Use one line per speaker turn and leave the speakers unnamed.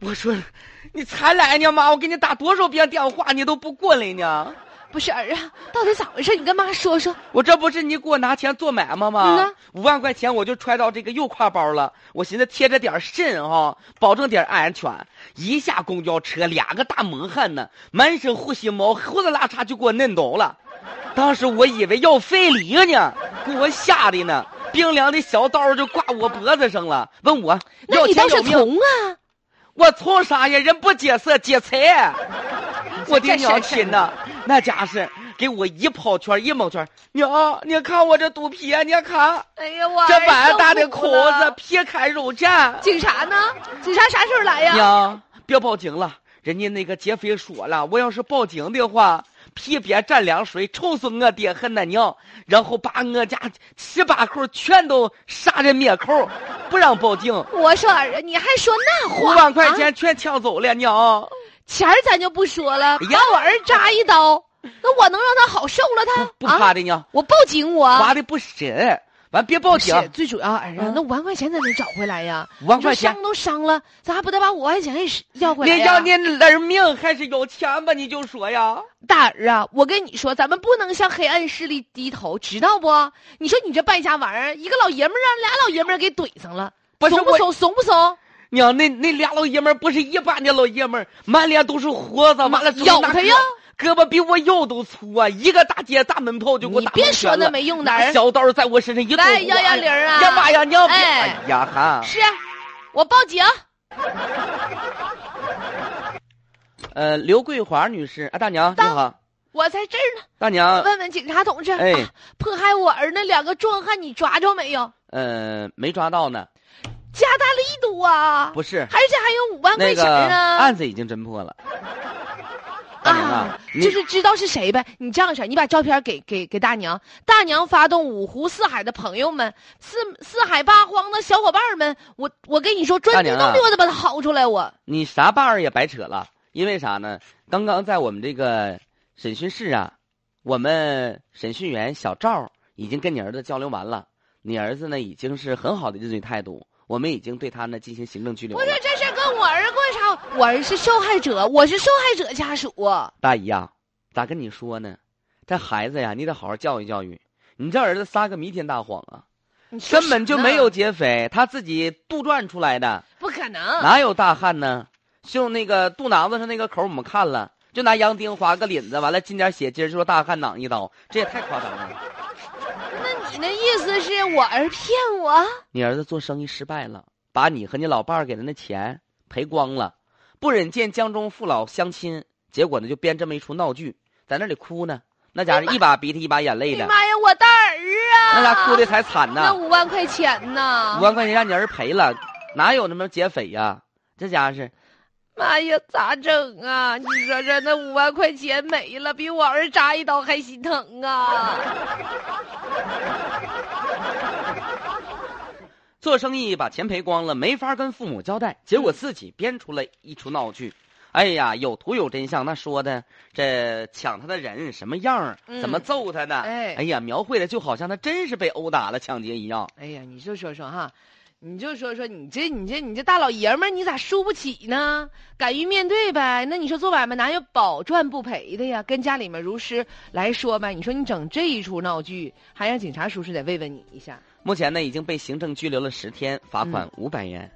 我说，你才来呢，妈！我给你打多少遍电话，你都不过来呢。
不是儿啊，到底咋回事？你跟妈说说。
我这不是你给我拿钱做买卖
嗯
吗
呐？
五万块钱我就揣到这个右挎包了。我寻思贴着点肾哈、保证点安全。一下公交车，俩个大蒙汉呢，满身护心毛，呼啦啦嚓就给我摁倒了。当时我以为要非礼呢，给我吓的呢，冰凉的小刀就挂我脖子上了。问我
那
要
你
钱
倒
要
是
命，
从啊！
我从啥呀？人不解色，解 财。我的娘亲呐，那家是给我一跑圈一蒙圈，娘，你看我这肚皮，你看
哎呀，我
这
儿
碗
受
大的
苦
口
了
子，皮开肉绽。
警察呢？警察啥时候来呀？
娘，别报警了，人家那个劫匪说了，我要是报警的话，皮鞭蘸凉水抽死我爹和那娘，然后把我家七八口全都杀人灭口，不让报 警，
我说儿啊，你还说那
五
话？
万块
啊、
钱全抢走了， 娘。
钱儿咱就不说了，
哎呀
把我儿扎一刀，那我能让他好受了他？
不怕
啊！
的娘，
我报警我，
划的不深，完别报
啊不
警，
是最主要儿啊，
啊
那五万块钱咱能找回来呀？
五万
你
块
说
钱
伤。都伤了，咱还不得把五万块钱给是要回
你
来呀？
让您儿命还是有钱吧？你就说呀，
大儿啊，我跟你说，咱们不能向黑暗势力低头，知道不？你说你这败家玩意儿，一个老爷们儿让俩老爷们儿给怼上了，
不是
怂不
我
怂？怂不怂？
娘，那那俩老爷们儿不是一般的老爷们儿，满脸都是胡子，完了
嗯咬他呀！
胳膊比我腰都粗啊！一个大街大门炮就给我
你
打
嗯别
蒙
说
圈
那
了
没用的
拿
儿，
小刀在我身上一顿
来
划
110啊
呀妈呀，娘别！
哎
哎呀哈，
是我报警。
呃，刘桂华女士啊，大娘你
当
好，
我在这儿呢，
大娘，
问问警察同志，
呃哎
啊迫害我儿那两个壮汉你抓着没有？
呃，没抓到呢，
加大力度啊！
不是
而且还有五万块
那
钱
个
呢。啊
案子已经侦破了，大娘啊，你
就是知道是谁呗。你这样式儿，你把照片给给给大娘，大娘发动五湖四海的朋友们，四四海八荒的小伙伴们，我我跟你说，
大
专
娘
门
啊
动力我得把他薅出来我。
你啥把儿也白扯了，因为啥呢？刚刚在我们这个审讯室啊，我们审讯员小赵已经跟你儿子交流完了，你儿子呢已经是很好的认罪态度，我们已经对他呢进行行政拘留
不
了
是。这事儿跟我儿关啥？我儿是受害者，我是受害者家属。
大姨啊，咋跟你说呢？这孩子呀，你得好好教育教育。你这儿子撒个弥天大谎啊，
你说
根本就
啥呢
没有，劫匪，他自己杜撰出来的。
不可能。
哪有大汉呢？就那个肚囊子上那个口，我们看了，就拿洋钉划个领子，完了进点血筋儿，就说大汉攮一刀，这也太夸张了。
那你那意思是我儿骗我？
你儿子做生意失败了，把你和你老伴儿给他那钱赔光了，不忍见江中父老相亲，结果呢就编这么一出闹剧，在那里哭呢，那家伙一把鼻涕一把眼泪
哎哎呀
的，
妈呀，我大儿啊！
那家哭的才惨
那
呢。
五万块钱呢？
五万块钱让你儿赔了，哪有那么劫匪呀、这家伙是
妈呀，咋整啊？你说说，那五万块钱没了，比我儿扎一刀还心疼啊！
做生意把钱赔光了，没法跟父母交代，结
嗯
果自己编出了一出闹剧。哎呀，有图有真相，那说的这抢他的人什么样儿，
嗯
怎么揍他的，
哎
呀，描绘的就好像他真是被殴打了、抢劫一样。
哎呀，你就说说哈，你就说说，你这你这你这大老爷们儿，你咋输不起呢？敢于面对呗。那你说做买卖哪有保赚不赔的呀？跟家里面如实来说呗。你说你整这一出闹剧，还让警察叔叔得慰问你一下。嗯
目前呢，已经被行政拘留了十天，罚款五百元。